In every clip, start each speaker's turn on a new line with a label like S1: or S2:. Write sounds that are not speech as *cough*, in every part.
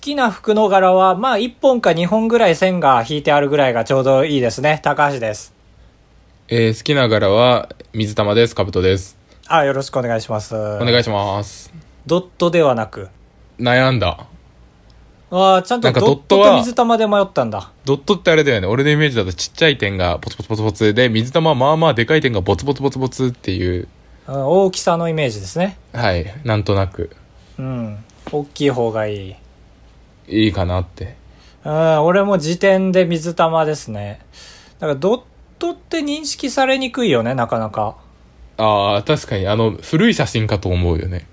S1: きな服の柄は、まあ1本か2本ぐらい線が引いてあるぐらいがちょうどいいですね。高橋です。
S2: えー好きな柄は水玉です。かぶとです。
S1: あ、よろしくお願いします。お
S2: お願いします。
S1: ドットではなく。
S2: 悩んだ。
S1: ああ、ちゃん
S2: な
S1: と
S2: んか
S1: ド
S2: ド
S1: ッ
S2: ット
S1: ト
S2: は
S1: と水玉で迷ったんだ。
S2: ドットってあれだよね。俺のイメージだとちっちゃい点がポツポツポツポツで、水玉はまあまあでかい点がボツボツボツボツってい
S1: う
S2: う。
S1: ん大きさのイメージですね。
S2: はい。なんとなく、
S1: うん。大きい方がいい。
S2: いいかなって。
S1: うん、俺も時点で水玉ですね。だからドットって認識されにくいよね、なかなか。
S2: ああ、確かに、あの、古い写真かと思うよね。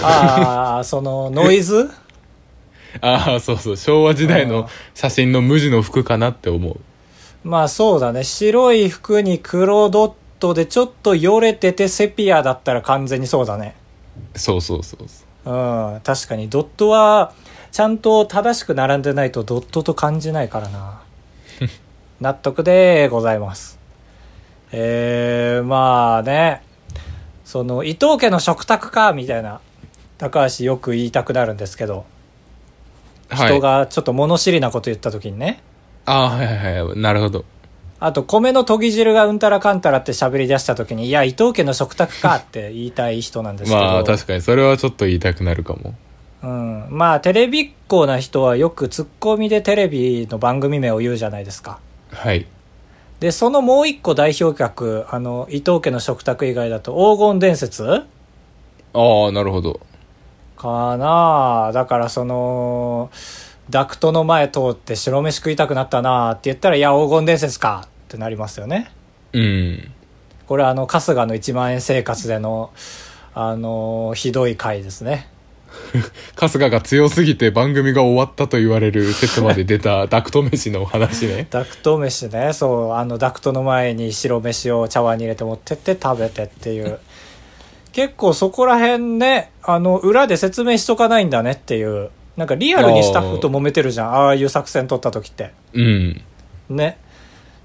S1: ああ、その、ノイズ
S2: ああ、そうそう。昭和時代
S1: あー
S2: の写真の無地の服かなって思う。
S1: まあそうだね。白い服に黒ドットでちょっとよれててセピアだったら完全にそうだね。
S2: そうそうそうそう。
S1: うん、確かにドットはちゃんと正しく並んでないとドットと感じないから
S2: *laughs*
S1: な。納得でございます。えー、まあね、その伊藤家の食卓か、みたいな、高橋よく言いたくなるんですけど、
S2: はい。
S1: 人がちょっと物知りなこと言った時にね、
S2: ああ、はいはいはい。なるほど。
S1: あと米の研ぎ汁がうんたらかんたらって喋り出した時に、いや、伊藤家の食卓かって言いたい人なんですけど。
S2: まあ、確かに、それはちょっと言いたくなるかも。
S1: うん、まあテレビっ子な人はよくツッコミでテレビの番組名を言うじゃないですか
S2: はい。
S1: でそのもう一個代表格あの伊藤家の食卓以外だと黄金伝説
S2: ああ、なるほど。
S1: かなあだからそのダクトの前通って白飯食いたくなったなあって言ったらいや黄金伝説かってなりますよね
S2: うん。
S1: これはあの春日の1万円生活でのあのひどい回ですね
S2: 春日が強すぎて番組が終わったと言われる説まで出た *laughs* ダクト飯のお話ね。
S1: ダクト飯ね、そう、あの、ダクトの前に白飯を茶碗に入れて持ってって食べてっていう。結構そこら辺ね、あの、裏で説明しとかないんだねっていう。なんかリアルにスタッフと揉めてるじゃん。ああいう作戦取った時って。
S2: うん。
S1: ね。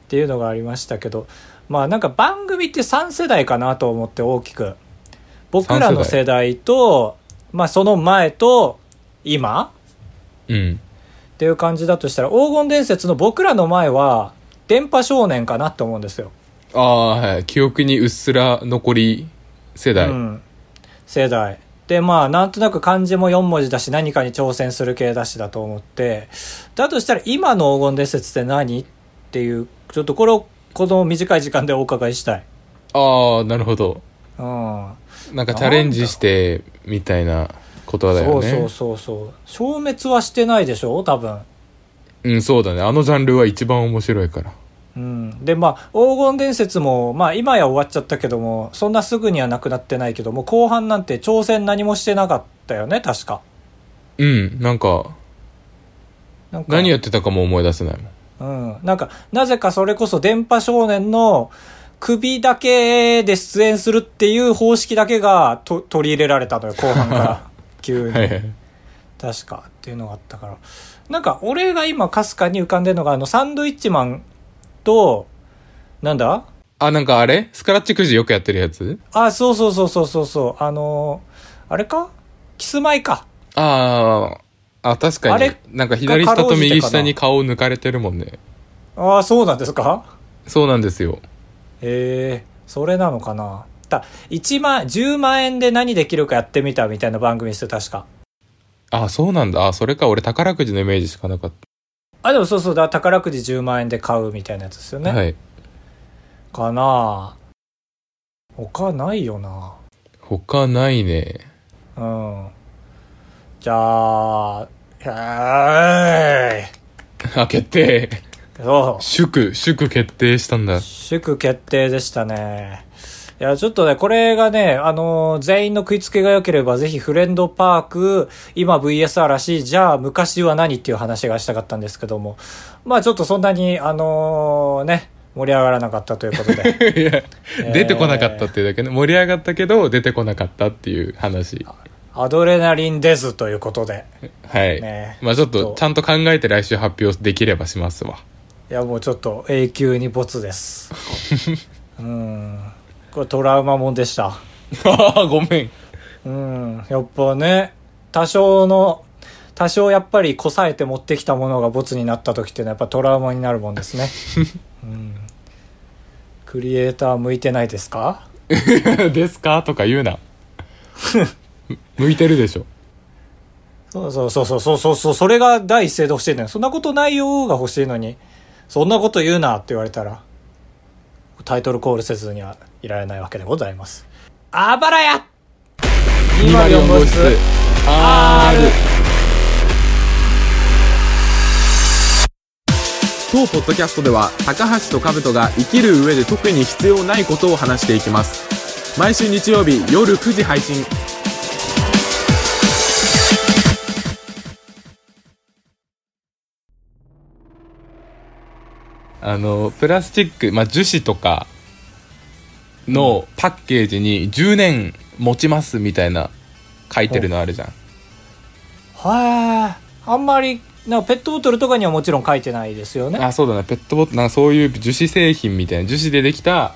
S1: っていうのがありましたけど。まあなんか番組って3世代かなと思って大きく。僕らの世代と、まあその前と、今
S2: うん。
S1: っていう感じだとしたら黄金伝説の僕らの前は電波少年かなと思うんですよ、
S2: ああ、はい。記憶にうっすら残り世代。
S1: うん世代でまあなんとなく漢字も4文字だし何かに挑戦する系だしだと思ってだとしたら今の黄金伝説って何っていうちょっとこれをこの短い時間でお伺いしたい
S2: ああ、なるほど。
S1: うん
S2: なんかチャレンジして、みたいなことだ
S1: そ
S2: よ
S1: う
S2: ね。
S1: そうそうそう消滅はしてないでしょ多分
S2: うん、そうだね。あのジャンルは一番面白いから。
S1: うん、でまあ黄金伝説も、まあ、今や終わっちゃったけどもそんなすぐにはなくなってないけども後半なんて挑戦何もしてなかったよね確か
S2: うん、なんか、
S1: なんか
S2: 何やってたかも思い出せないもん。
S1: うん、なんかなぜかそれこそ電波少年の首だけで出演するっていう方式だけがと取り入れられたのよ後半から
S2: *laughs*
S1: 急に、
S2: はいはい。
S1: 確かっていうのがあったからなんか俺が今かすかに浮かんでるのがあのサンドイッチマンとなんだ
S2: あ、なんかあれスクラッチくじよくやってるやつ
S1: あ、そうそうそうそうそうそう。あのーあれかキスマイか。
S2: ああ、あ、確か
S1: あ
S2: に
S1: れ。
S2: なんか左下と右下に顔を抜かれてるもんね。
S1: ああ、そうなんですか
S2: そうなんですよ。
S1: ええそれなのかな。だ、1万、10万円で何できるかやってみたみたいな番組ですよ、確か。
S2: あ、そうなんだ。あ、それか。俺、宝くじのイメージしかなかっ
S1: あ、でもそうそうだ、宝くじ10万円で買うみたいなやつですよ
S2: た。
S1: ね。
S2: はい。
S1: かな他ないよな。
S2: 他ないね。 *laughs*
S1: うん。じゃあ、へーい。
S2: あ、決定。
S1: そう。
S2: 祝、祝決定した
S1: *laughs*
S2: んだ。
S1: 祝決定でしたね。いや、ちょっとね、これがね、あのー全員の食いつけが良ければ、ぜひフレンドパーク、今 VSR らしい、じゃあ昔は何っていう話がしたかったんですけども、まあちょっとそんなに、あのーね、盛り上がらなかったということで。
S2: い *laughs* や、出てこなかったっていうだけね。盛り上がったけど、出てこなかったっていう話。
S1: アドレナリン出ずということで。
S2: はい。
S1: ね
S2: まあちょっ
S1: ちょっと
S2: と、ちゃんと考えて来週発表できればしま
S1: *laughs*
S2: すわ。
S1: いや、もうちょっと永久にボツです。うん。これトラウマもんでした。
S2: ああ、ごめん。
S1: うん、やっぱね、多少の多少やっぱりこさえて持ってきたものがボツになった時っていうのはやっぱトラウマになるもんですね。うん、クリエイター向いてないですか
S2: *laughs* ですかとか言
S1: *laughs*
S2: うな向いてるでしょ
S1: そうそうそうそうそうそうそう、それが第一声で欲しいのよ。そんなことないよが欲しいのに、そんなこと言うなって言われたら、タイトルコールせずにはいられないわけでございます。あばらや
S2: 204号室 R 当ポッドキャストでは高橋と兜が生きる上で特に必要ないことを話していきます毎週日曜日夜9時配信あのプラスチック、まあ、樹脂とかのパッケージに10年持ちますみたいな書いてるのあるじゃん
S1: はい。あんまり、なんかペットボトルとかにはもちろん書いてないですよね。
S2: あそうだねペットボトルなんかそういう樹脂製品みたいな樹脂でできた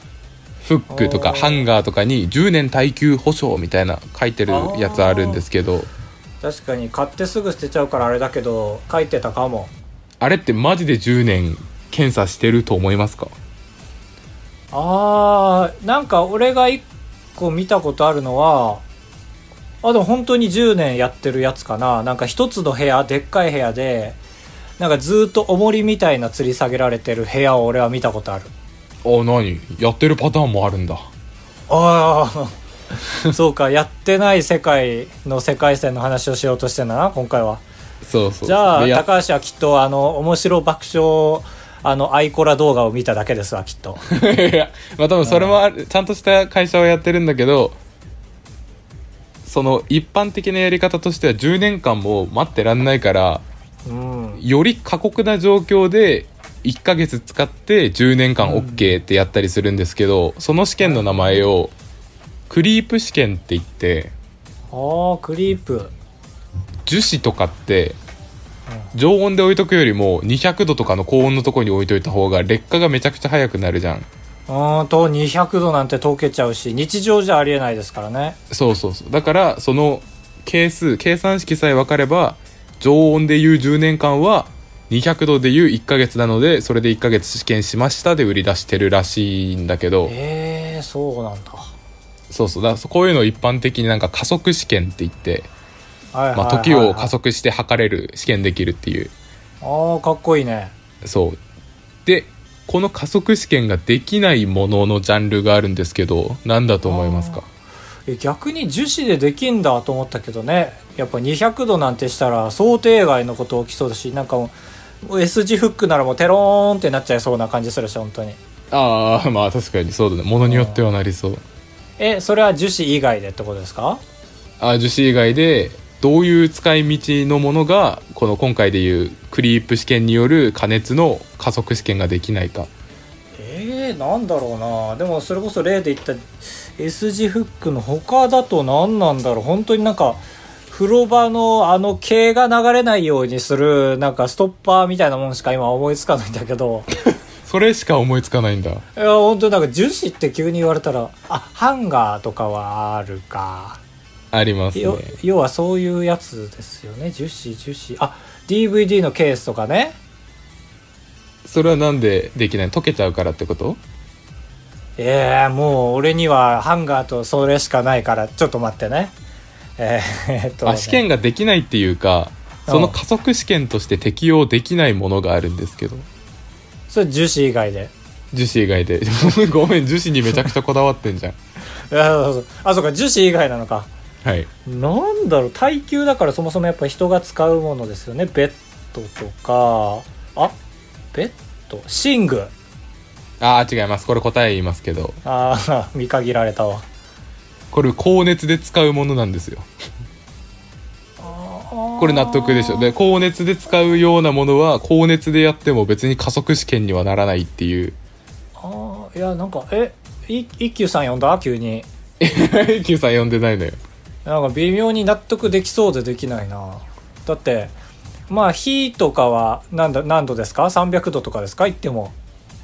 S2: フックとか
S1: おー
S2: ハンガーとかに10年耐久保証みたいな書いてるやつあるんですけど
S1: 確かに買ってすぐ捨てちゃうからあれだけど書いてたかも
S2: あれってマジで10年検査してると思いますか
S1: あーなんか俺が一個見たことあるのはあでも本当に10年やってるやつかななんか一つの部屋でっかい部屋でなんかずーっと重りみたいな吊り下げられてる部屋を俺は見たことある
S2: あ何やってるパターンもあるんだ
S1: ああ *laughs* そうかやってない世界の世界線の話をしようとしてんだな今回は
S2: そうそう
S1: じゃあ
S2: でや
S1: 高橋はきっとあの面白爆笑あのアイコラ動画を見ただけですわきっと
S2: いやまあ多分それもあるちゃんとした会社をやってるんだけどその一般的なやり方としては10年間も待ってらんないから
S1: うん
S2: より過酷な状況で1ヶ月使って10年間 OK ってやったりするんですけど、その試験の名前をクリープ試験って言って
S1: ああクリープ
S2: 樹脂とかって常温で置いとくよりも200度とかの高温のところに置いといた方が劣化がめちゃくちゃ早くなるじゃん
S1: うーんと200度なんて溶けちゃうし日常じゃありえないですからね
S2: そうそうそうだからその係数計算式さえ分かれば常温でいう10年間は200度でいう1ヶ月なのでそれで1ヶ月試験しましたで売り出してるらしいんだけど
S1: えー、そうなんだ
S2: そうそうだからそこういうのを一般的になんか加速試験って言って、
S1: はいはいはいはい、
S2: まあ、時を加速して測れる試験できるっていう
S1: ああかっこいいね
S2: そうでこの加速試験ができないもののジャンルがあるんですけど何だと思いますか
S1: え逆に樹脂でできんだと思ったけどねやっぱ200度なんてしたら想定外のこと起きそうだしなんかもう S 字フックならもうテローンってなっちゃいそうな感じするし本当に
S2: ああまあ確かにそうだねものによってはなりそう
S1: えそれは樹脂以外でってことですか
S2: あー樹脂以外でどういう使い道のものがこの今回でいうクリープ試験による加熱の加速試験ができないか
S1: えー、なんだろうなでもそれこそ例で言った S 字フックの他だと何なんだろう本当になんか風呂場のあの毛が流れないようにするなんかストッパーみたいなもんしか今思いつかないんだけど
S2: それしか思いつかないんだ
S1: いや本当になんか樹脂って急に言われたらあハンガーとかはあるか
S2: ありますね
S1: よ要はそういうやつですよね樹脂樹脂あ DVD のケースとかね
S2: それはなんでできない溶けちゃうからってこと
S1: ええもう俺にはハンガーとそれしかないからちょっと待ってねえーえっとね、
S2: あ試験ができないっていうかその加速試験として適用できないものがあるんですけど
S1: それ樹脂以外で
S2: 樹脂以外で *laughs* ごめん樹脂にめちゃくちゃこだわってんじゃん
S1: いやそうそうあそうか樹脂以外なのか
S2: はい
S1: なんだろう耐久だからそもそもやっぱ人が使うものですよねベッドとかあベッド寝具
S2: あー違いますこれ答え言いますけど
S1: ああ *laughs* 見限られたわ
S2: これ高熱で使うものなんですよ
S1: こ
S2: これ納得でしょで高熱で使うようなものは高熱でやっても別に加速試験にはならないっていう
S1: ああいやなんかえい一休さん呼んだ急に
S2: Q さん呼んでないのよ
S1: なんか微妙に納得できそうでできないなだってまあ火とかは何だ何度ですか300度とかですか言っても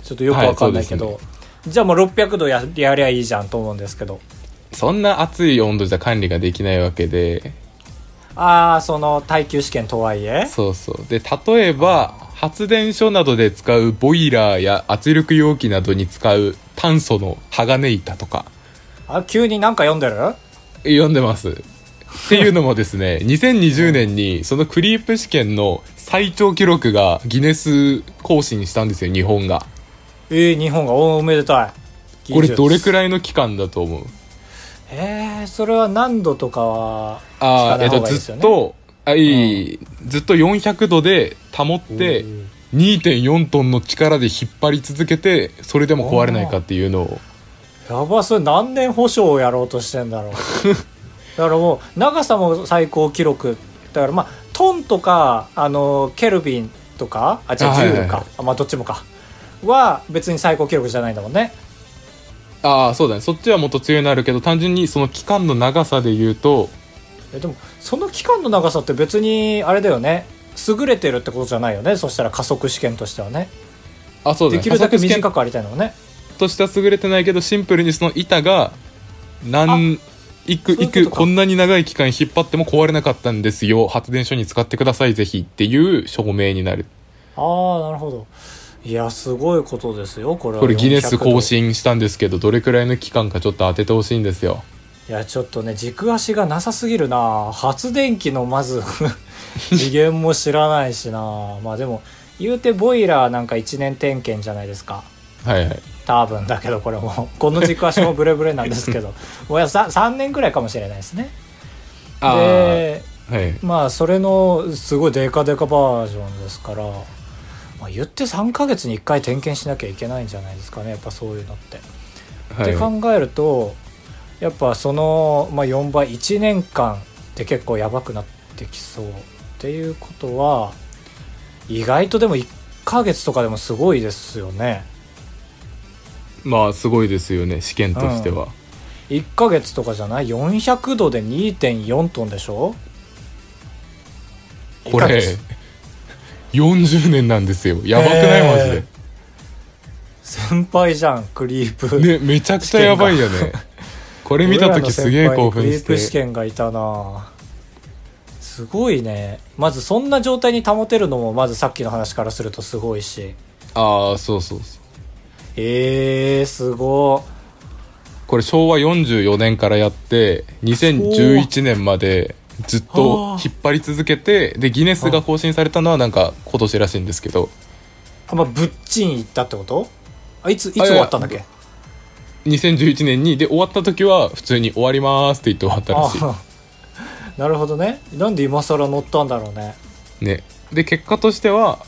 S1: ちょっとよくわかんないけど、
S2: はい
S1: じゃあもう600度ややりゃいいじゃんと思うんですけど
S2: そんな熱い温度じゃ管理ができないわけで
S1: ああその耐久試験とはいえ
S2: そうそうで例えば発電所などで使うボイラーや圧力容器などに使う炭素の鋼板とか
S1: あ急になんか読んでる
S2: 読んでますっていうのもですね2020年にそのクリープ試験の最長記録がギネス更新したんですよ日本が
S1: えー、日本がおおめでたい
S2: これどれく
S1: い
S2: らいの期間だと思う
S1: えー、それは何度とかは聞
S2: あ
S1: か
S2: あ、
S1: な
S2: え
S1: い
S2: っ
S1: 方
S2: と、
S1: がいいです
S2: ず
S1: よ
S2: っ
S1: ね
S2: と、あいい、ずっと400度で保って、
S1: うん
S2: 2.4トンの力で引っ張り続けて、それでも壊れないかっていうのを。
S1: やばそれ何年保証をやろうとしてん
S2: *laughs*
S1: だろうだからもう長さも最高記録だからまあトンとかあのケルビンとかあじゃ
S2: あ
S1: あ
S2: は
S1: ジ
S2: い
S1: ュ
S2: は
S1: ー
S2: いはい
S1: ルか、あまあどっちもかは別に最高記録じゃないんだもんね
S2: ああ、そうだね。そっちはもっと強いのあるけど、単純にその期間の長さで言うと、
S1: えでもその期間の長さって別にあれだよね優れてるってことじゃないよねそしたら加速試験としてはね
S2: あ、そうだ
S1: で
S2: ね。
S1: きるだけ
S2: 加速試験
S1: 短くありたいのもね
S2: としては優れてないけど、シンプルにその板が、何、いく、
S1: そういう
S2: い
S1: ことか
S2: く、こんなに長い期間引っ張っても壊れなかったんですよ。発電所に使ってください、ぜひっていう証明になる。
S1: ああなるほどいやすごいことですよこれは
S2: これギネス
S1: 400
S2: 更新したんですけどどれくらいの期間かちょっと当ててほしいんですよ
S1: いやちょっとね軸足がなさすぎるな発電機のまず *laughs* 次元も知らないしなまあでも言うてボイラーなんか1年点検じゃないですか
S2: はいはい
S1: 多分だけどこれもこの軸足もブレブレなんです
S2: *laughs*
S1: けどもうやさ3年くらいかもしれないですね
S2: あー
S1: で
S2: はい
S1: まあそれのすごいデカデカバージョンですから、まあ、言って3ヶ月に1回点検しなきゃいけないんじゃないですかねやっぱそういうのって。
S2: はい
S1: って考えるとやっぱその、まあ、4倍1年間って結構やばくなってきそうっていうことは意外とでも1ヶ月とかでもすごいですよね
S2: まあすごいですよね試験としては、
S1: 1ヶ月とかじゃない400度で2.4トンでしょ
S2: こ
S1: 1ヶ
S2: れ
S1: 月
S2: 40年なんですよやばくない、
S1: えー
S2: マジで
S1: 先輩じゃんクリープ、
S2: ねめちゃくちゃやばいよねこれ見た時すげえ興奮
S1: 俺らの先輩にクリ
S2: し
S1: ープ試
S2: て
S1: 験がいたなすごいねまずそんな状態に保てるのもまずさっきの話からするとすごいし
S2: ああそうそうそう
S1: えー、すご
S2: これ昭和44年からやって2011年までずっと引っ張り続けてでギネスが更新されたのはなんか今年らしいんですけど
S1: あまあぶっちん行ったってことあいついつ終わったんだっけ
S2: 2011年にで終わった時は普通に終わりますって言って終わったらし
S1: あ *laughs* なるほどねなんで今更乗ったんだろうね
S2: いねで結果としては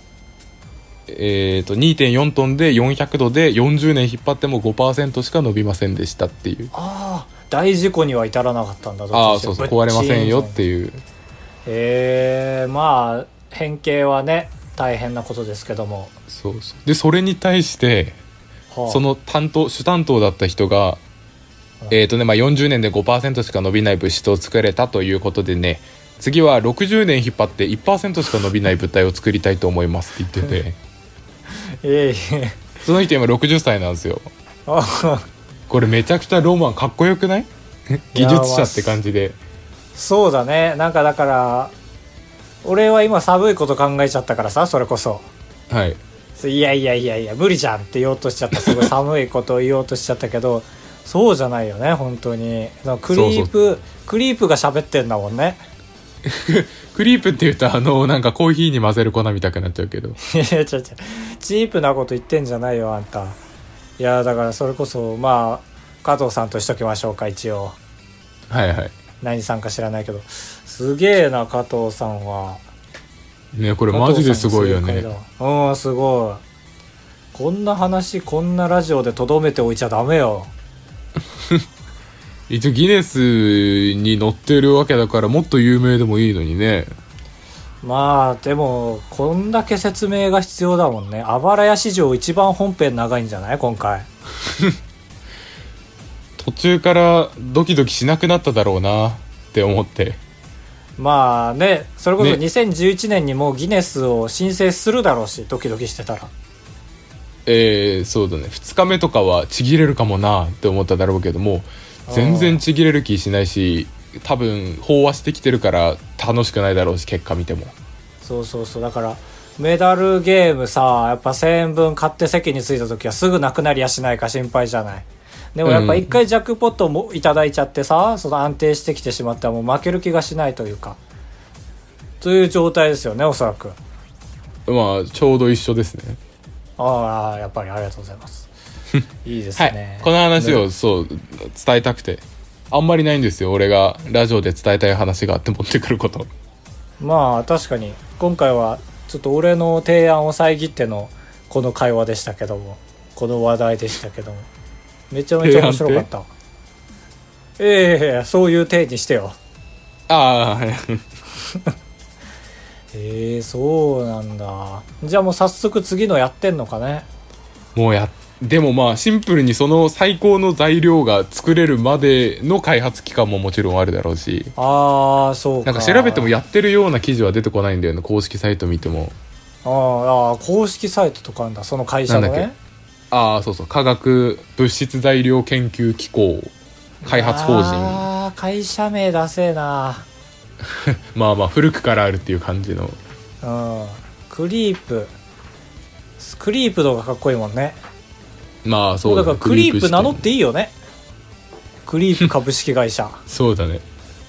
S2: えー、と2.4トンで400度で40年引っ張っても5%しか伸びませんでしたっていう
S1: ああ大事故には至らなかったんだ
S2: ああーそうそう壊れませんよって
S1: う
S2: いう
S1: えー、まあ変形はね大変なことですけども、
S2: そうそうでそれに対して
S1: はあ
S2: その担当主担当だった人がえーとねまあ、40年で5%しか伸びない物質を作れたということでね次は60年引っ張って1%しか伸びない物体を作りたいと思いますって言ってて
S1: ええいえ *laughs*
S2: その人今60歳なんですよ
S1: ああ
S2: これめちゃくちゃロマンかっこよくない技術者って感じで
S1: そうだねなんかだから俺は今寒いこと考えちゃったからさそれこそ
S2: はい
S1: いやいやいやいや無理じゃんって言おうとしちゃったすごい寒いことを言おうとしちゃったけどそうじゃないよね本当にそのクリープクリープが喋ってんだもんね *laughs*
S2: クリープって言うとあのなんかコーヒーに混ぜる粉みたくなっちゃうけど
S1: いやいやちょちょチープなこと言ってんじゃないよあんたいやだからそれこそまあ加藤さんとしときましょうか一応
S2: はいはい
S1: 何さんか知らないけどすげえな加藤さんは
S2: ねこれマジですごいよね
S1: うんすごいこんな話こんなラジオでとどめておいちゃダメよ
S2: 一応ギネスに載ってるわけだからもっと有名でもいいのにね
S1: まあでもこんだけ説明が必要だもんねあばらや史上一番本編長いんじゃない今回
S2: 途中からドキドキしなくなっただろうなって思って
S1: まあねそれこそ
S2: ね
S1: 2011年にもうギネスを申請するだろうしドキドキしてたら
S2: えー、そうだね2日目とかはちぎれるかもなって思っただろうけども全然ちぎれる気しないし多分飽和してきてるから楽しくないだろうし結果見ても
S1: そうそうそうだからメダルゲームさやっぱ1000円分買って席に着いた時はすぐなくなりやしないか心配じゃないでもやっぱ
S2: うん
S1: 一回ジャックポットもいただいちゃってさその安定してきてしまったらもう負ける気がしないというかという状態ですよねおそらく
S2: まあちょうど一緒ですね
S1: ああやっぱりありがとうございます
S2: *laughs*
S1: いいです
S2: はい、
S1: ね、
S2: この話をそう伝えたくてあんまりないんですよ俺がラジオで伝えたい話があって持ってくること
S1: まあ確かに今回はちょっと俺の提案を遮ってのこの会話でしたけどもこの話題でしたけどもめちゃめちゃ面白かったええそういう体にしてよ
S2: ああ
S1: ええそうなんだじゃあもう早速次のやってんのかね
S2: *laughs* もうやでもまあシンプルにその最高の材料が作れるまでの開発期間ももちろんあるだろうし
S1: ああそう
S2: な
S1: か
S2: んか調べてもやってるような記事は出てこないんだよね公式サイト見ても
S1: あーあー公式サイトとかあんだその会社の
S2: なんだ
S1: ね
S2: っああそうそう化学物質材料研究機構開発法人
S1: ああ会社名出せえな
S2: まあまあ古くからあるっていう感じの
S1: うんクリープクリープの方がかっこいいもんね
S2: まあそうだ
S1: だ
S2: ね
S1: からクリープ名乗っ
S2: して
S1: いいよねクリープ株式会社
S2: てそうだね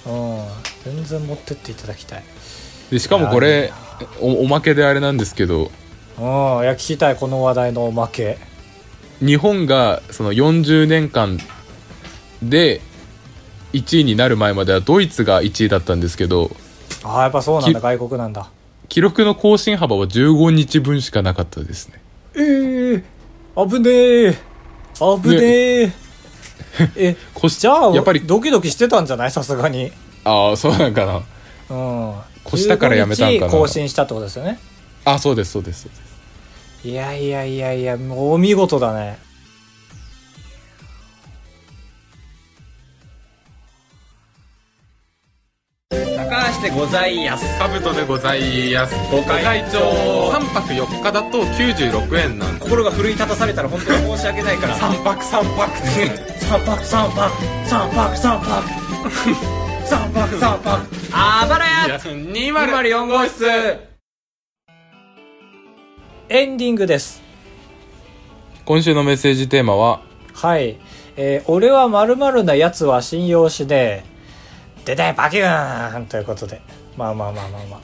S1: うん全然持ってっていただきたい
S2: でしかもこ
S1: い
S2: れ
S1: や
S2: おおまけであれなんですけど
S1: うんいや聞きたいこの話題のおまけ
S2: 日本がその40年間で1位になる前まではドイツが1位だったんですけど
S1: ああやっぱそうなんだ
S2: き
S1: 外国なんだ
S2: 記録の更新幅は15日分しかなかったですね
S1: ええ危ねえ危ねええ
S2: こし
S1: じゃあ
S2: やっぱり
S1: ドキドキしてたんじゃないさすがに
S2: ああそうなんかな
S1: うん
S2: 越したからやめたんかな
S1: 15日更新したってことですよね
S2: あそうですそうですそうです
S1: いやいやいやいやもうお見事だね
S3: 高橋でございやす
S2: カブトでございますご
S3: 会長
S2: 3泊4日だと96円なんで
S3: 心が奮い立たされたら本当に申し訳ないから三泊三泊
S1: 3泊3泊3泊3泊3泊3泊
S3: あばらや
S2: 204
S3: 204号室
S1: エンディングです
S2: 今週のメッセージテーマは
S1: はい、えー俺は〇〇なやつは信用しねえ出てバキューンということでまあまあまあまあま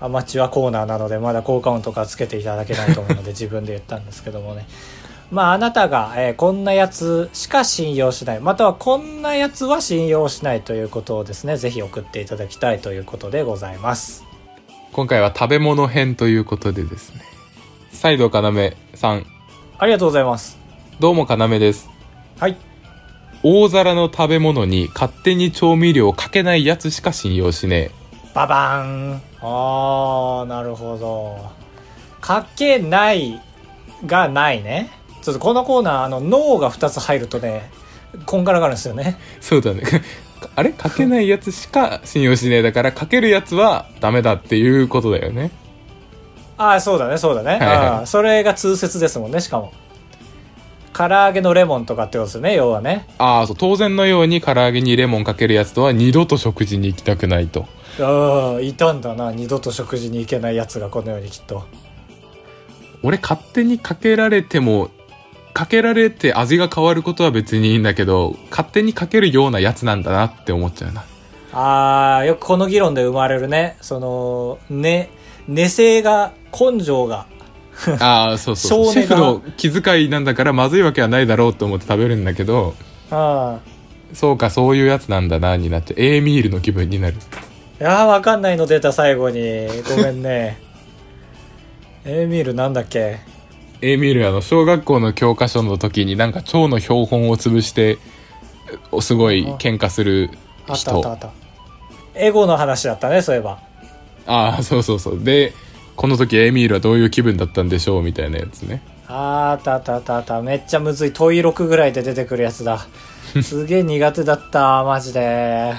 S1: あアマチュアコーナーなのでまだ効果音とかつけていただけないと思うの *laughs* で自分で言ったんですけどもねまああなたが、えーこんなやつしか信用しないまたはこんなやつは信用しないということをですねぜひ送っていただきたいということでございます
S2: 今回は食べ物編ということでですねサイドかなめさん
S1: ありがとうございます
S2: どうもかなめです
S1: はい
S2: 大皿の食べ物に勝手に調味料をかけないやつしか信用しね
S1: ババーンあーなるほどかけないがないねちょっとこのコーナーあの脳が2つ入るとねこんがらがるんですよね
S2: えそうだね *laughs* あれかけないやつしか信用しねえだからかけるやつはダメだっていうことだよね
S1: ああそうだねそうだね、
S2: いはい
S1: あーそれが通説ですもんねしかも唐揚げのレモンとかってことですね要はね
S2: ああそう当然のように唐揚げにレモンかけるやつとは二度と食事に行きたくないと
S1: ああいたんだな二度と食事に行けないやつがこの世にきっと
S2: 俺勝手にかけられてもかけられて味が変わることは別にいいんだけど勝手にかけるようなやつなんだなって思っちゃ
S1: *laughs*
S2: うな
S1: ああよくこの議論で生まれるねそのね寝性が根性が
S2: ああそうそうそう
S1: 少
S2: シ
S1: 年
S2: ェフ
S1: が
S2: の気遣いなんだからまずいわけはないだろうと思って食べるんだけど
S1: ああ
S2: そうかそういうやつなんだなになっちゃう A ミールの気分になる
S1: いやー、わかんないの出た最後に。ごめんね。 *laughs* エーミールなんだっけ
S2: A ミールあの小学校の教科書の時になんか蝶の標本を潰しておすごい喧嘩する
S1: あったあったあっ
S2: 人
S1: た。エゴの話だったね、そういえば。
S2: ああそうそうそうでこの時 A ミールはどういう気分だったんでしょうみたいなやつね
S1: あーあったあったあったあった。めっちゃむずい。問い6ぐらいで出てくるやつ *laughs* だ。すげえ苦手だった、マジで。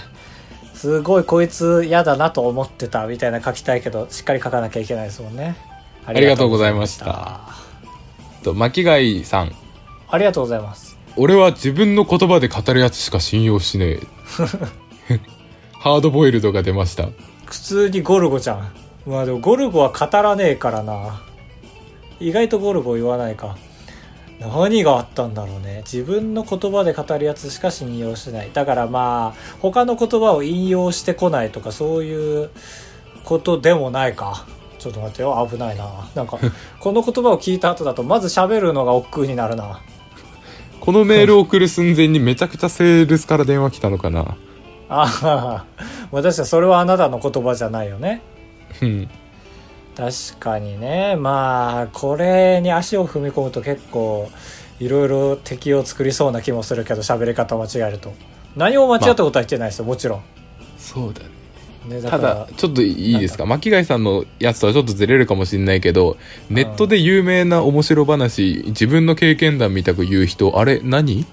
S1: すごいこいつ嫌だなと思ってたみたいな書きたいけど、しっかり書かなきゃいけないですもんね。あ
S2: りがとうございました
S1: りがとうございまし
S2: と巻貝さん
S1: たありがとうございます。 *laughs*
S2: 俺は自分の言葉で語るやつしか信用しねえハードボイルドが出ました
S1: 普通にゴルゴじゃんまあでもゴルゴは語らねえからな意外とゴルゴ言わないか何があったんだろうね自分の言葉で語るやつしか信用しないだからまあ他の言葉を引用してこないとかそういうことでもないかちょっと待ってよ危ないななんかこの言葉を聞いた後だとまず喋るのが億劫になるな
S2: このメールを送る寸前にめちゃくちゃセールスから電話来たのかな
S1: ああ私はそれはあなたの言葉じゃないよね
S2: うん
S1: 確かにねまあこれに足を踏み込むと結構いろいろ敵を作りそうな気もするけど喋り方間違えると何も間違ったことは言ってないですよもちろん、
S2: そうだね
S1: ね、だか
S2: た
S1: ら
S2: だちょっといいですか巻貝さんのやつとはちょっとずれるかもしれないけどネットで有名な面白話自分の経験談みたく言う人あれ何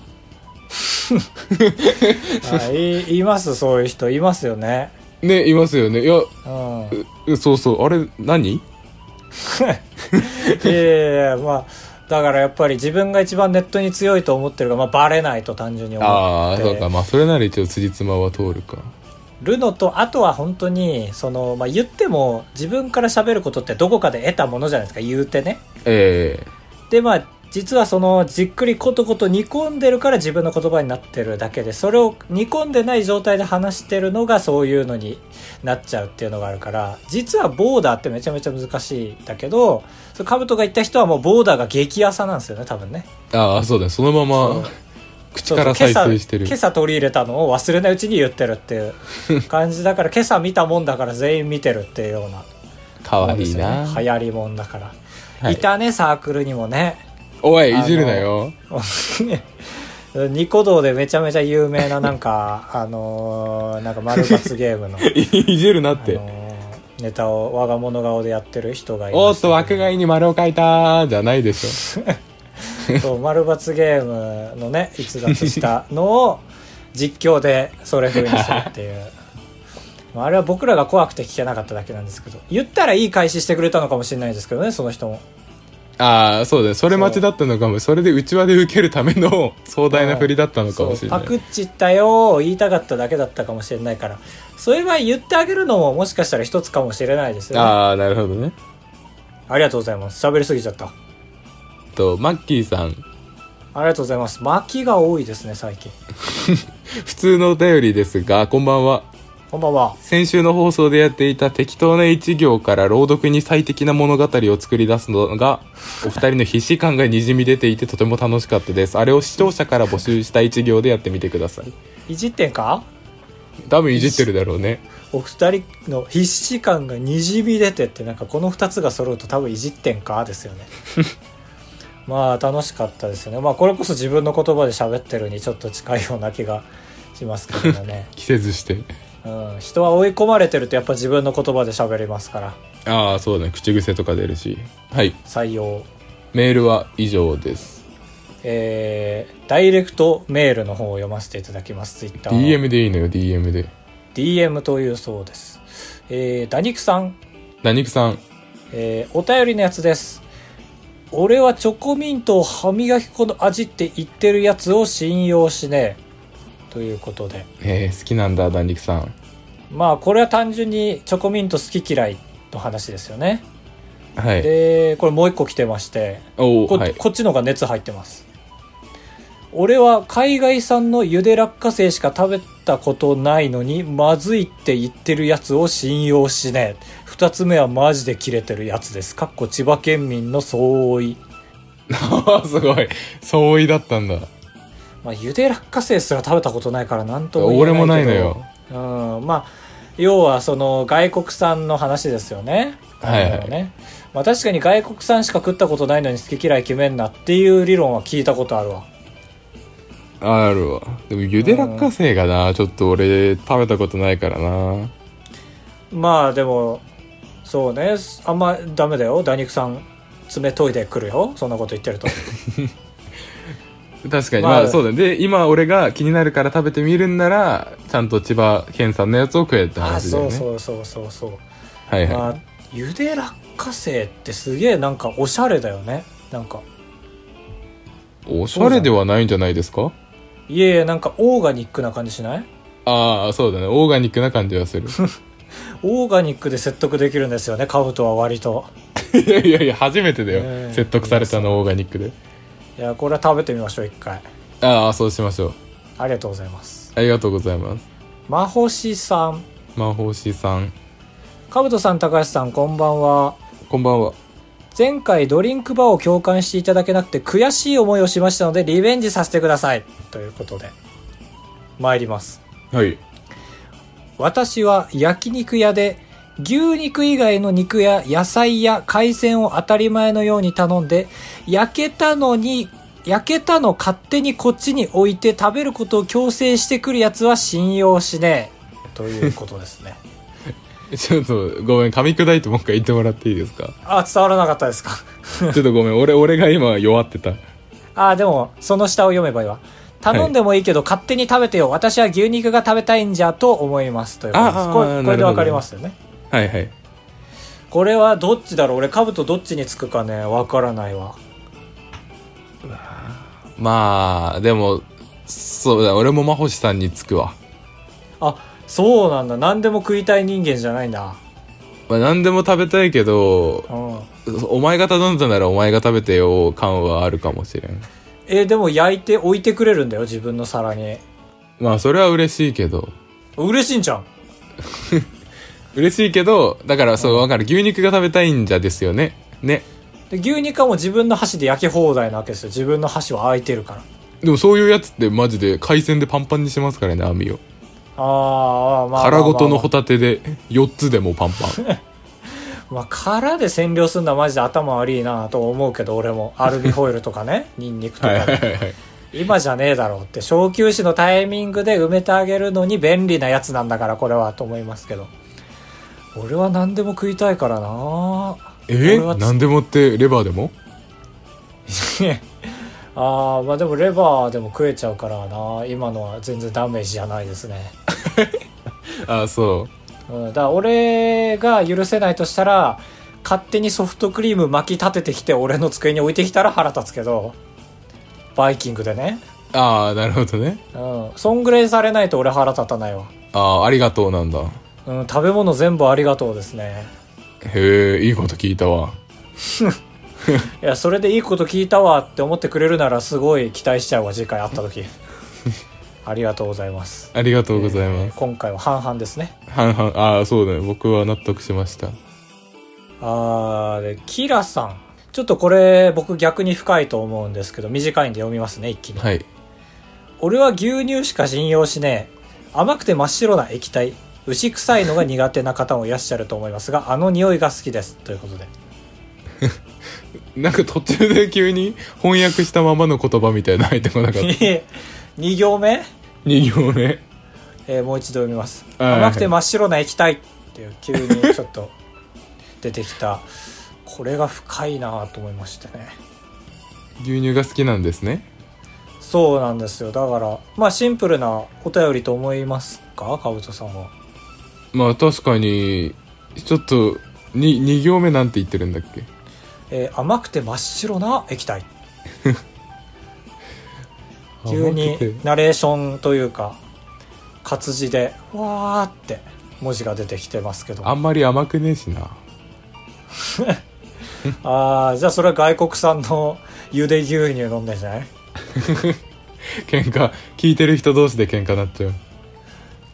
S1: あいい *laughs* ますそういう人いますよね
S2: ねいますよねいや *laughs*
S1: うん
S2: うそうそうあれ何
S1: いやいやいやまあだからやっぱり自分が一番ネットに強いと思ってるが、まあ、バレないと単純に思って
S2: ああそうかまあそれなら一応辻褄は通るか
S1: るのとあとは本当にその、まあ、言っても自分から喋ることってどこかで得たものじゃないですか言うてね
S2: ええ
S1: でまあ実はそのじっくりことこと煮込んでるから自分の言葉になってるだけでそれを煮込んでない状態で話してるのがそういうのになっちゃうっていうのがあるから実はボーダーってめちゃめちゃ難しいんだけどそのカブトが言った人はもうボーダーが激浅なんですよね多分ね
S2: ああそうだねそのま
S1: そう
S2: ま口から再生してる
S1: 今朝今朝取り入れたのを忘れないうちに言ってるっていう
S2: *laughs*
S1: 感じだから今朝見たもんだから全員見てるっていうような
S2: かわ
S1: も
S2: いい
S1: ん
S2: な
S1: ですよね流行りもんだから、
S2: はい
S1: い、たねサークルにもね
S2: おいいじるな
S1: *laughs*
S2: よ
S1: ニコ動でめちゃめちゃ有名ななんか *laughs* あのーなんか丸×ゲー
S2: *laughs*
S1: ムの、
S2: いじるなっ
S1: あ
S2: て
S1: のーネタを我が物顔でやってる人がい
S2: お
S1: ま
S2: ーっ
S1: す
S2: と枠外に丸を書いたじゃないでしょ
S1: そう丸×ゲームのね逸脱したのを実況でそれ風にするっていう
S2: *laughs*
S1: まああれは僕らが怖くて聞けなかっただけなんですけど言ったらいい開始してくれたのかもしれないですけどねその人も
S2: ああそうだねそれ待ちだったのかもそれでうちわで受けるための *laughs* 壮大な振りだったのかもしれな
S1: そう
S2: い
S1: パクっちったよー言いたかっただけだったかもしれないからそういえば言ってあげるのももしかしたら一つかもしれないですよね
S2: ああなるほどね
S1: ありがとうございます。喋りすぎちゃった。あ
S2: とマッキーさん
S1: りがとうございます。巻きが多いですね、最近。
S2: 普通のお便りですがこんばんは
S1: こんばんは。
S2: 先週の放送でやっていた適当な一行から朗読に最適な物語を作り出すのがお二人の必死感がにじみ出ていてとても楽しかったですあれを視聴者から募集した一行でやってみてください
S1: いじってんか
S2: 多分いじってるだろうね
S1: お二人の必死感がにじみ出てって、なんかこの二つが揃うと多分いじってんかですよ
S2: *laughs*
S1: ね。まあ楽しかったですよね。まあこれこそ自分の言葉で喋ってるにちょっと近いような気がしますけど
S2: *laughs*
S1: ね。
S2: 着せずして
S1: うん。人は追い込まれてるとやっぱ自分の言葉で喋りますから。
S2: ああそうだね口癖とか出るしはい
S1: 採用。
S2: メールは以上です
S1: えー、ダイレクトメールの方を読ませていただきます。ツイッター
S2: DM でいいのよ DM で
S1: DM というそうです。えー、ダニクさん、
S2: 何くさん
S1: えーお便りのやつです。俺はチョコミントを歯磨き粉の味って言ってるやつを信用しねえ。ということで。
S2: えー、好きなんだ弾力さん
S1: まあ、これは単純にチョコミント好き嫌いの話ですよね。
S2: はい
S1: で、これもう一個来てまして、
S2: おお
S1: こ,、
S2: はい
S1: こっちの方が熱入ってます。俺は海外産のゆで落花生しか食べたことないのに、まずいって言ってるやつを信用しねえ。二つ目はマジで切れてるやつです。かっこ千葉県民の相違。
S2: あーすごい *laughs* 相違だったんだ
S1: まあ、ゆで落花生すら食べたことないからなんとも言えない
S2: 俺
S1: けど。
S2: もないのよ
S1: うん、まあ、要はその外国産の話ですよね。
S2: はいはい
S1: あのねまあ確かに外国産しか食ったことないのに好き嫌い決めんなっていう理論は聞いたことあるわ。
S2: あるわでもゆで落花生がなちょっと俺食べたことないからな
S1: まあでもそうねあんまダメだよダニクさん爪研いでくるよそんなこと言ってると
S2: 確かに
S1: まあ
S2: まあそうだねで今俺が気になるから食べてみるんならちゃんと千葉県産のやつを食えって
S1: あ
S2: 話だよ
S1: そう
S2: ね
S1: そうそうそうそう、
S2: はいはい、
S1: まあゆで落花生ってすげえなんかおしゃれだよねなんか
S2: おしゃれではないんじゃないですか
S1: いえいえなんかオーガニックな感じしない
S2: ああそうだねオーガニックな感じは
S1: *laughs*
S2: する
S1: オーガニックで説得できるんですよねカブトは割と
S2: いやいやいや初めてだよ、
S1: ええ
S2: 説得されたのオーガニックで
S1: いやこれは食べてみましょう一回
S2: ああそうしましょう
S1: ありがとうございます
S2: ありがとうございます
S1: まほしさん
S2: 魔法師さん
S1: カブトさん高橋さんこんばんは
S2: こんばんは
S1: 前回ドリンクバーを共感していただけなくて悔しい思いをしましたのでリベンジさせてくださいということで参ります
S2: はい
S1: 私は焼肉屋で牛肉以外の肉や野菜や海鮮を当たり前のように頼んで焼けたのに焼けたの勝手にこっちに置いて食べることを強制してくるやつは信用しねえということですね *laughs*
S2: ちょっとごめん噛み砕いてもう一回言ってもらっていいです *laughs* か
S1: あ伝わらなかったですか
S2: ちょっとごめん俺俺が今弱ってた
S1: あでもその下を読めばいいわ頼んでもいいけど勝手に食べてよ私は牛肉が食べたいんじゃと思いますということで
S2: あ
S1: す
S2: あ
S1: こ
S2: な
S1: れ
S2: るほど
S1: これでわかりますよね
S2: はいはい
S1: これはどっちだろう俺兜どっちにつくかねわからないわ
S2: まあでもそうだ俺も真星さんにつくわ、
S1: あそうなんだ何でも食いたい人間じゃないんだ
S2: まあ、何でも食べたいけど
S1: うん
S2: お前が頼んだならお前が食べてよ感はあるかもしれん
S1: えでも焼いて置いてくれるんだよ自分の皿に
S2: まあそれは嬉しいけど
S1: 嬉しいんじゃん
S2: 嬉しいけどだからそうわかる牛肉が食べたいんじゃですよねね
S1: で牛肉はもう自分の箸で焼き放題なわけですよ自分の箸は空いてるから
S2: でもそういうやつってマジで海鮮でパンパンにしますからね網を
S1: あーまあまあまあ
S2: 殻ごとのホ
S1: ほ
S2: タテで4つでもパンパン
S1: まあ殻で占領するのはマジで頭悪いなと思うけど俺もアルミホイルとか
S2: *laughs*
S1: ねニンニクとか
S2: はいはい
S1: で
S2: はい
S1: 今じゃねえだろうって小休止のタイミングで埋めてあげるのに便利なやつなんだからこれはと思いますけど俺は何でも食いたいからな俺
S2: え
S1: はつ
S2: 何でもってレバーでも
S1: ああまあでもレバーでも食えちゃうからな今のは全然ダメージじゃないですね、
S2: ああそ
S1: うん、だから俺が許せないとしたら勝手にソフトクリーム巻き立ててきて俺の机に置いてきたら腹立つけどバイキングでね
S2: うああなるほどね
S1: うんそんぐらいされないと俺腹立たないわ
S2: ああありがとうなんだ
S1: うん食べ物全部ありがとうですね
S2: へえいいこと聞いたわ
S1: いやそれでいいこと聞いたわって思ってくれるならすごい期待しちゃうわ次回会った
S2: *laughs*
S1: 時ありがとうございます
S2: ありがとうございます、
S1: えー今回は半々ですね
S2: 半々ああそうだね僕は納得しました
S1: あーで、キラさん。ちょっとこれ僕逆に深いと思うんですけど、短いんで読みますね、一気に。
S2: はい
S1: 俺は牛乳しか信用しねえ。甘くて真っ白な液体。牛臭いのが苦手な方もいらっしゃると思いますが、あの匂いが好きです。ということで。
S2: なんか途中で急に翻訳したままの言葉みたいなの入ってこなかった
S1: *laughs*
S2: *laughs*
S1: 2行目、
S2: 2行目
S1: えーもう一度読みます。
S2: はい
S1: 甘くて真っ白な液体っていう急にちょっと出てきた。これが深いなぁと思いましたね。
S2: 牛乳が好きなんですね
S1: そうなんですよ。だから、まあシンプルなお便りと思いますかかぶとさんは。
S2: まあ確かにちょっと 2, 2行目なんて言ってるんだっけ
S1: えー甘くて真っ白な液体。急
S2: 甘く
S1: に
S2: て
S1: ナレーションというか、活字で、わーって文字が出てきてますけど。
S2: あ
S1: あ
S2: んまり甘くねえしな
S1: あー、じゃあそれは外国産の茹で牛乳飲んでんじゃない
S2: 喧嘩聞いてる人同士で喧嘩なっちゃう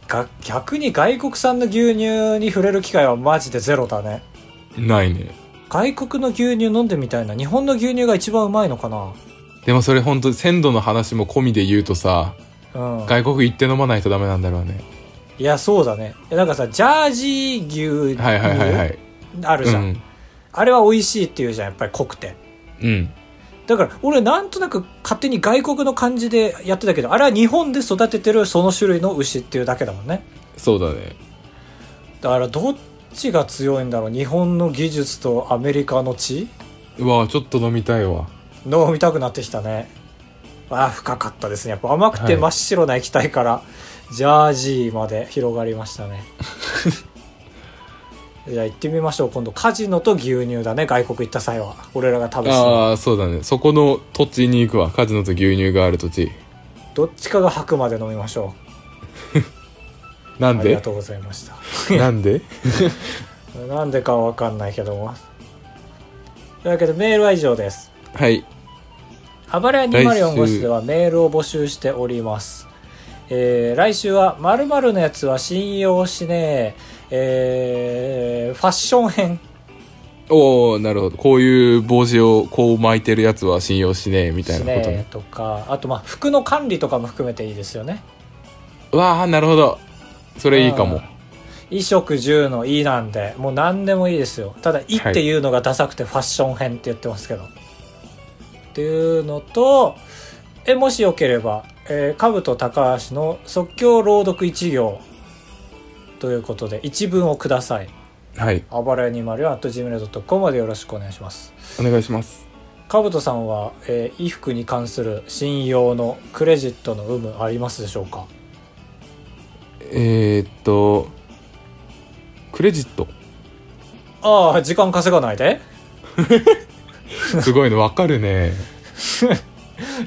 S1: が逆に外国産の牛乳に触れる機会はマジでゼロだね。
S2: ないね
S1: 外国の牛乳飲んでみたいな。日本の牛乳が一番うまいのかな
S2: でもそれ本当鮮度の話も込みで言うとさ
S1: うん。
S2: 外国行って飲まないとダメなんだろうね
S1: いや、そうだね。いやなんかさ、ジャージー牛乳
S2: はいはいはいはい
S1: ある
S2: う
S1: じゃん。
S2: ん
S1: あれは美味しいっていうじゃん、やっぱり濃くて。
S2: うん
S1: だから、俺なんとなく勝手に外国の感じでやってたけど、あれは日本で育ててるその種類の牛っていうだけだもんね。
S2: そうだね
S1: だから、どっちが強いんだろう日本の技術とアメリカの血
S2: うわちょっと飲みたいわ
S1: 飲みたくなってきたね。ああ、深かったですね。やっぱ甘くて真っ白な液体から、ジャージーまで広がりましたね。 *laughs* じゃあ行ってみましょう。今度、カジノと牛乳だね。外国行った際は。俺らが食べてた
S2: ああそうだねそこの土地に行くわカジノと牛乳がある土地
S1: どっちかが吐くまで飲みましょう。
S2: なん
S1: ありが
S2: で
S1: とうございました。
S2: *laughs* なんで
S1: なんでかわかんないけども。というわけでメールは以上です。
S2: はい
S1: 暴れ204号室ではメールを募集しております。えー来週は〇〇のやつは信用しねえ、えーファッション編。
S2: おおなるほどこういう帽子をこう巻いてるやつは信用しねえみたい
S1: し
S2: なこと
S1: ね
S2: ね
S1: えとか、あとまあ服の管理とかも含めていいですよね。
S2: わあなるほどそれいいか
S1: うん
S2: も
S1: 衣食住の衣なんで、もう何でもいいですよ。ただ衣っていうのがダサくてファッション編って言ってますけど。っていうのと、え、もしよければ、えー、かぶと高橋の即興朗読一行ということで、一文をください。
S2: はい
S1: あばらやにまるよ、@gmail.com までよろしくお願いします。
S2: お願いします
S1: かぶとさんは、えー衣服に関する信用のクレジットの有無ありますでしょうか
S2: えー、っとクレジッ
S1: *laughs*
S2: ト
S1: ああ、時間稼がないです
S2: ごいのわかるね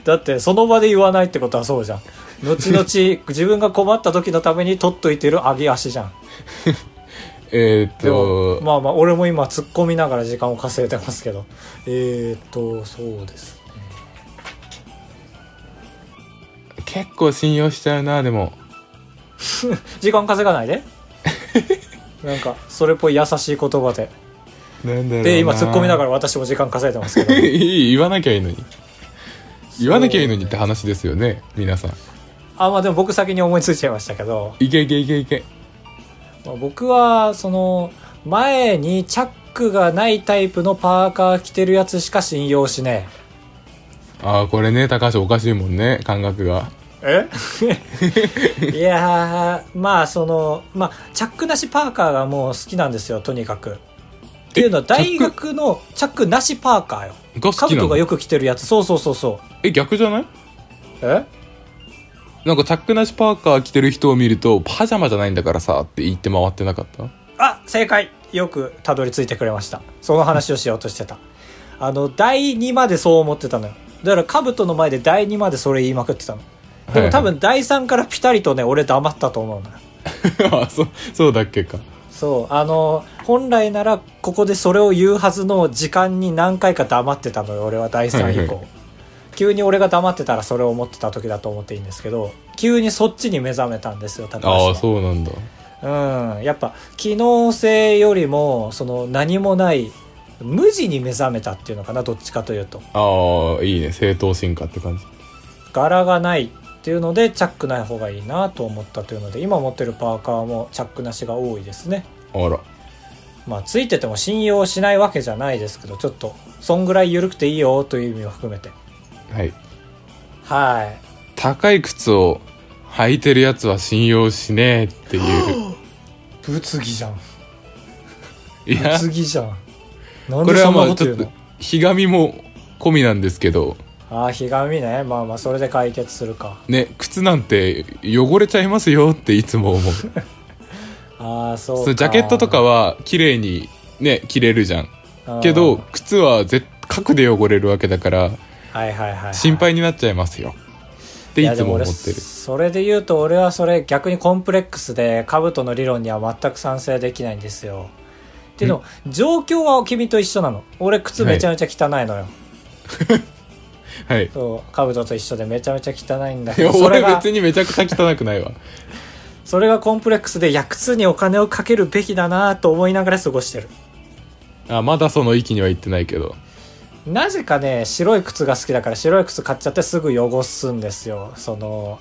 S1: だってその場で言わないってことはそうじゃん後
S2: *laughs*
S1: 々自分が困った時のために取っといてる揚げ足じゃん
S2: えー、っ
S1: でも
S2: と
S1: まあまあ俺も今突っ込みながら時間を稼いでますけどえー、っとそうですね
S2: 結構信用しちゃうなでも
S1: 時間稼がない
S2: *laughs*
S1: でなんかそれっぽい優しい言葉で
S2: なんだろうな
S1: で今突っ込みなが
S2: ら
S1: ら私も時間稼いでますけど
S2: *laughs* いい言わなきゃいいのに言わなきゃいいのにって話ですよね皆さん
S1: あまあでも僕先に思いついちゃいましたけど
S2: いけいけいけいけ
S1: まあ僕はその前にチャックがないタイプのパーカー着てるやつしか信用しねえ
S2: ああこれね高橋おかしいもんね感覚が
S1: え *laughs* いやーまあそのまあチャックなしパーカーがもう好きなんですよとにかくっていうのは大学のチャックなしパーカーよ
S2: が好
S1: カ
S2: き
S1: ブ
S2: な
S1: トが
S2: の
S1: よく着てるやつそうそうそうそう
S2: え逆じゃない
S1: え
S2: なんかチャックなしパーカー着てる人を見るとパジャマじゃないんだからさって言って回ってなかった *laughs*
S1: あ正解よくたどり着いてくれましたその話をしようとしてたあの第2までそう思ってたのよだからカブトの前で第2までそれ言いまくってたのでも多分第3からピタリとね俺黙ったと思うのよ
S2: あそそうだっけか
S1: そうあの本来ならここでそれを言うはずの時間に何回か黙ってたのよ俺は第3以
S2: は
S1: 降急に俺が黙ってたらそれを思ってた時だと思っていいんですけど急にそっちに目覚めたんですよ高橋
S2: あ
S1: は
S2: あそうなんだ
S1: うん、やっぱ機能性よりもその何もない無地に目覚めたっていうのかなどっちかというと
S2: ああいいね正当進化って感じ
S1: 柄がないっていうのでチャックない方がいいなと思ったというので今持ってるパーカーもチャックなしが多いですね
S2: あら
S1: まあついてても信用しないわけじゃないですけどちょっとそんぐらい緩くていいよという意味を含めて
S2: はい
S1: はい
S2: 高い靴を履いてるやつは信用しねえっていう
S1: 物議じゃん
S2: い
S1: *laughs*
S2: や
S1: 物議じゃんなん
S2: *laughs* こ
S1: で
S2: れ
S1: そ
S2: は
S1: んな
S2: まあ
S1: こと
S2: ち
S1: 言
S2: ょ
S1: う
S2: っ
S1: の
S2: とひがみも込みなんですけど
S1: ああひがみねまあまあそれで解決するか
S2: ね靴なんて汚れちゃいますよっていつも
S1: *laughs*
S2: 思う
S1: ああそう
S2: そ
S1: か
S2: うジャケットとかは綺麗にね着れるじゃん
S1: うん
S2: けど靴は絶角で汚れるわけだから
S1: はいはいはいはい
S2: 心配になっちゃいますよっていつも思って
S1: いやで
S2: る
S1: 俺それで言うと俺はそれ逆にコンプレックスでカブトの理論には全く賛成できないんですよっていうの状況は君と一緒なの俺靴めちゃめちゃ汚いのよ、
S2: はい
S1: そうカブトと一緒でめちゃめちゃ汚いんだ
S2: い
S1: け
S2: や
S1: どそれ
S2: *laughs* 俺
S1: が
S2: 別にめちゃくちゃ汚くないわ
S1: それがコンプレックスでいや靴にお金をかけるべきだなと思いながら過ごしてる
S2: あまだその域には行ってないけど
S1: なぜかね白い靴が好きだから白い靴買っちゃってすぐ汚すんですよその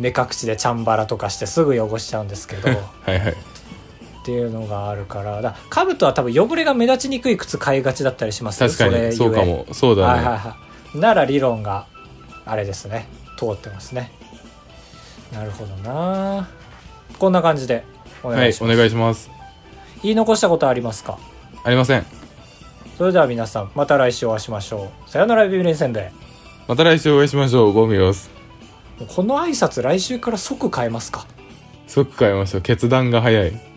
S1: 目隠しでチャンバラとかしてすぐ汚しちゃうんです
S2: *laughs*
S1: けど
S2: はいはい
S1: っていうのがあるからだカブトは多分汚れが目立ちにくい靴買いがちだったりしますよ
S2: 確かに
S1: れゆ
S2: そ
S1: え
S2: うかもそうだ
S1: はい
S2: ね、
S1: はいはいなら理論があれですね通ってますねなるほどなこんな感じでお
S2: は
S1: 願い
S2: い
S1: します、
S2: お願いします
S1: 言い残したことありますか
S2: ありません
S1: それでは皆さんまた来週お会いしましょうさよならビビリンせんべい
S2: また来週お会いしましょうゴミオス
S1: この挨拶来週から即変えますか
S2: 即買いましょう決断が早い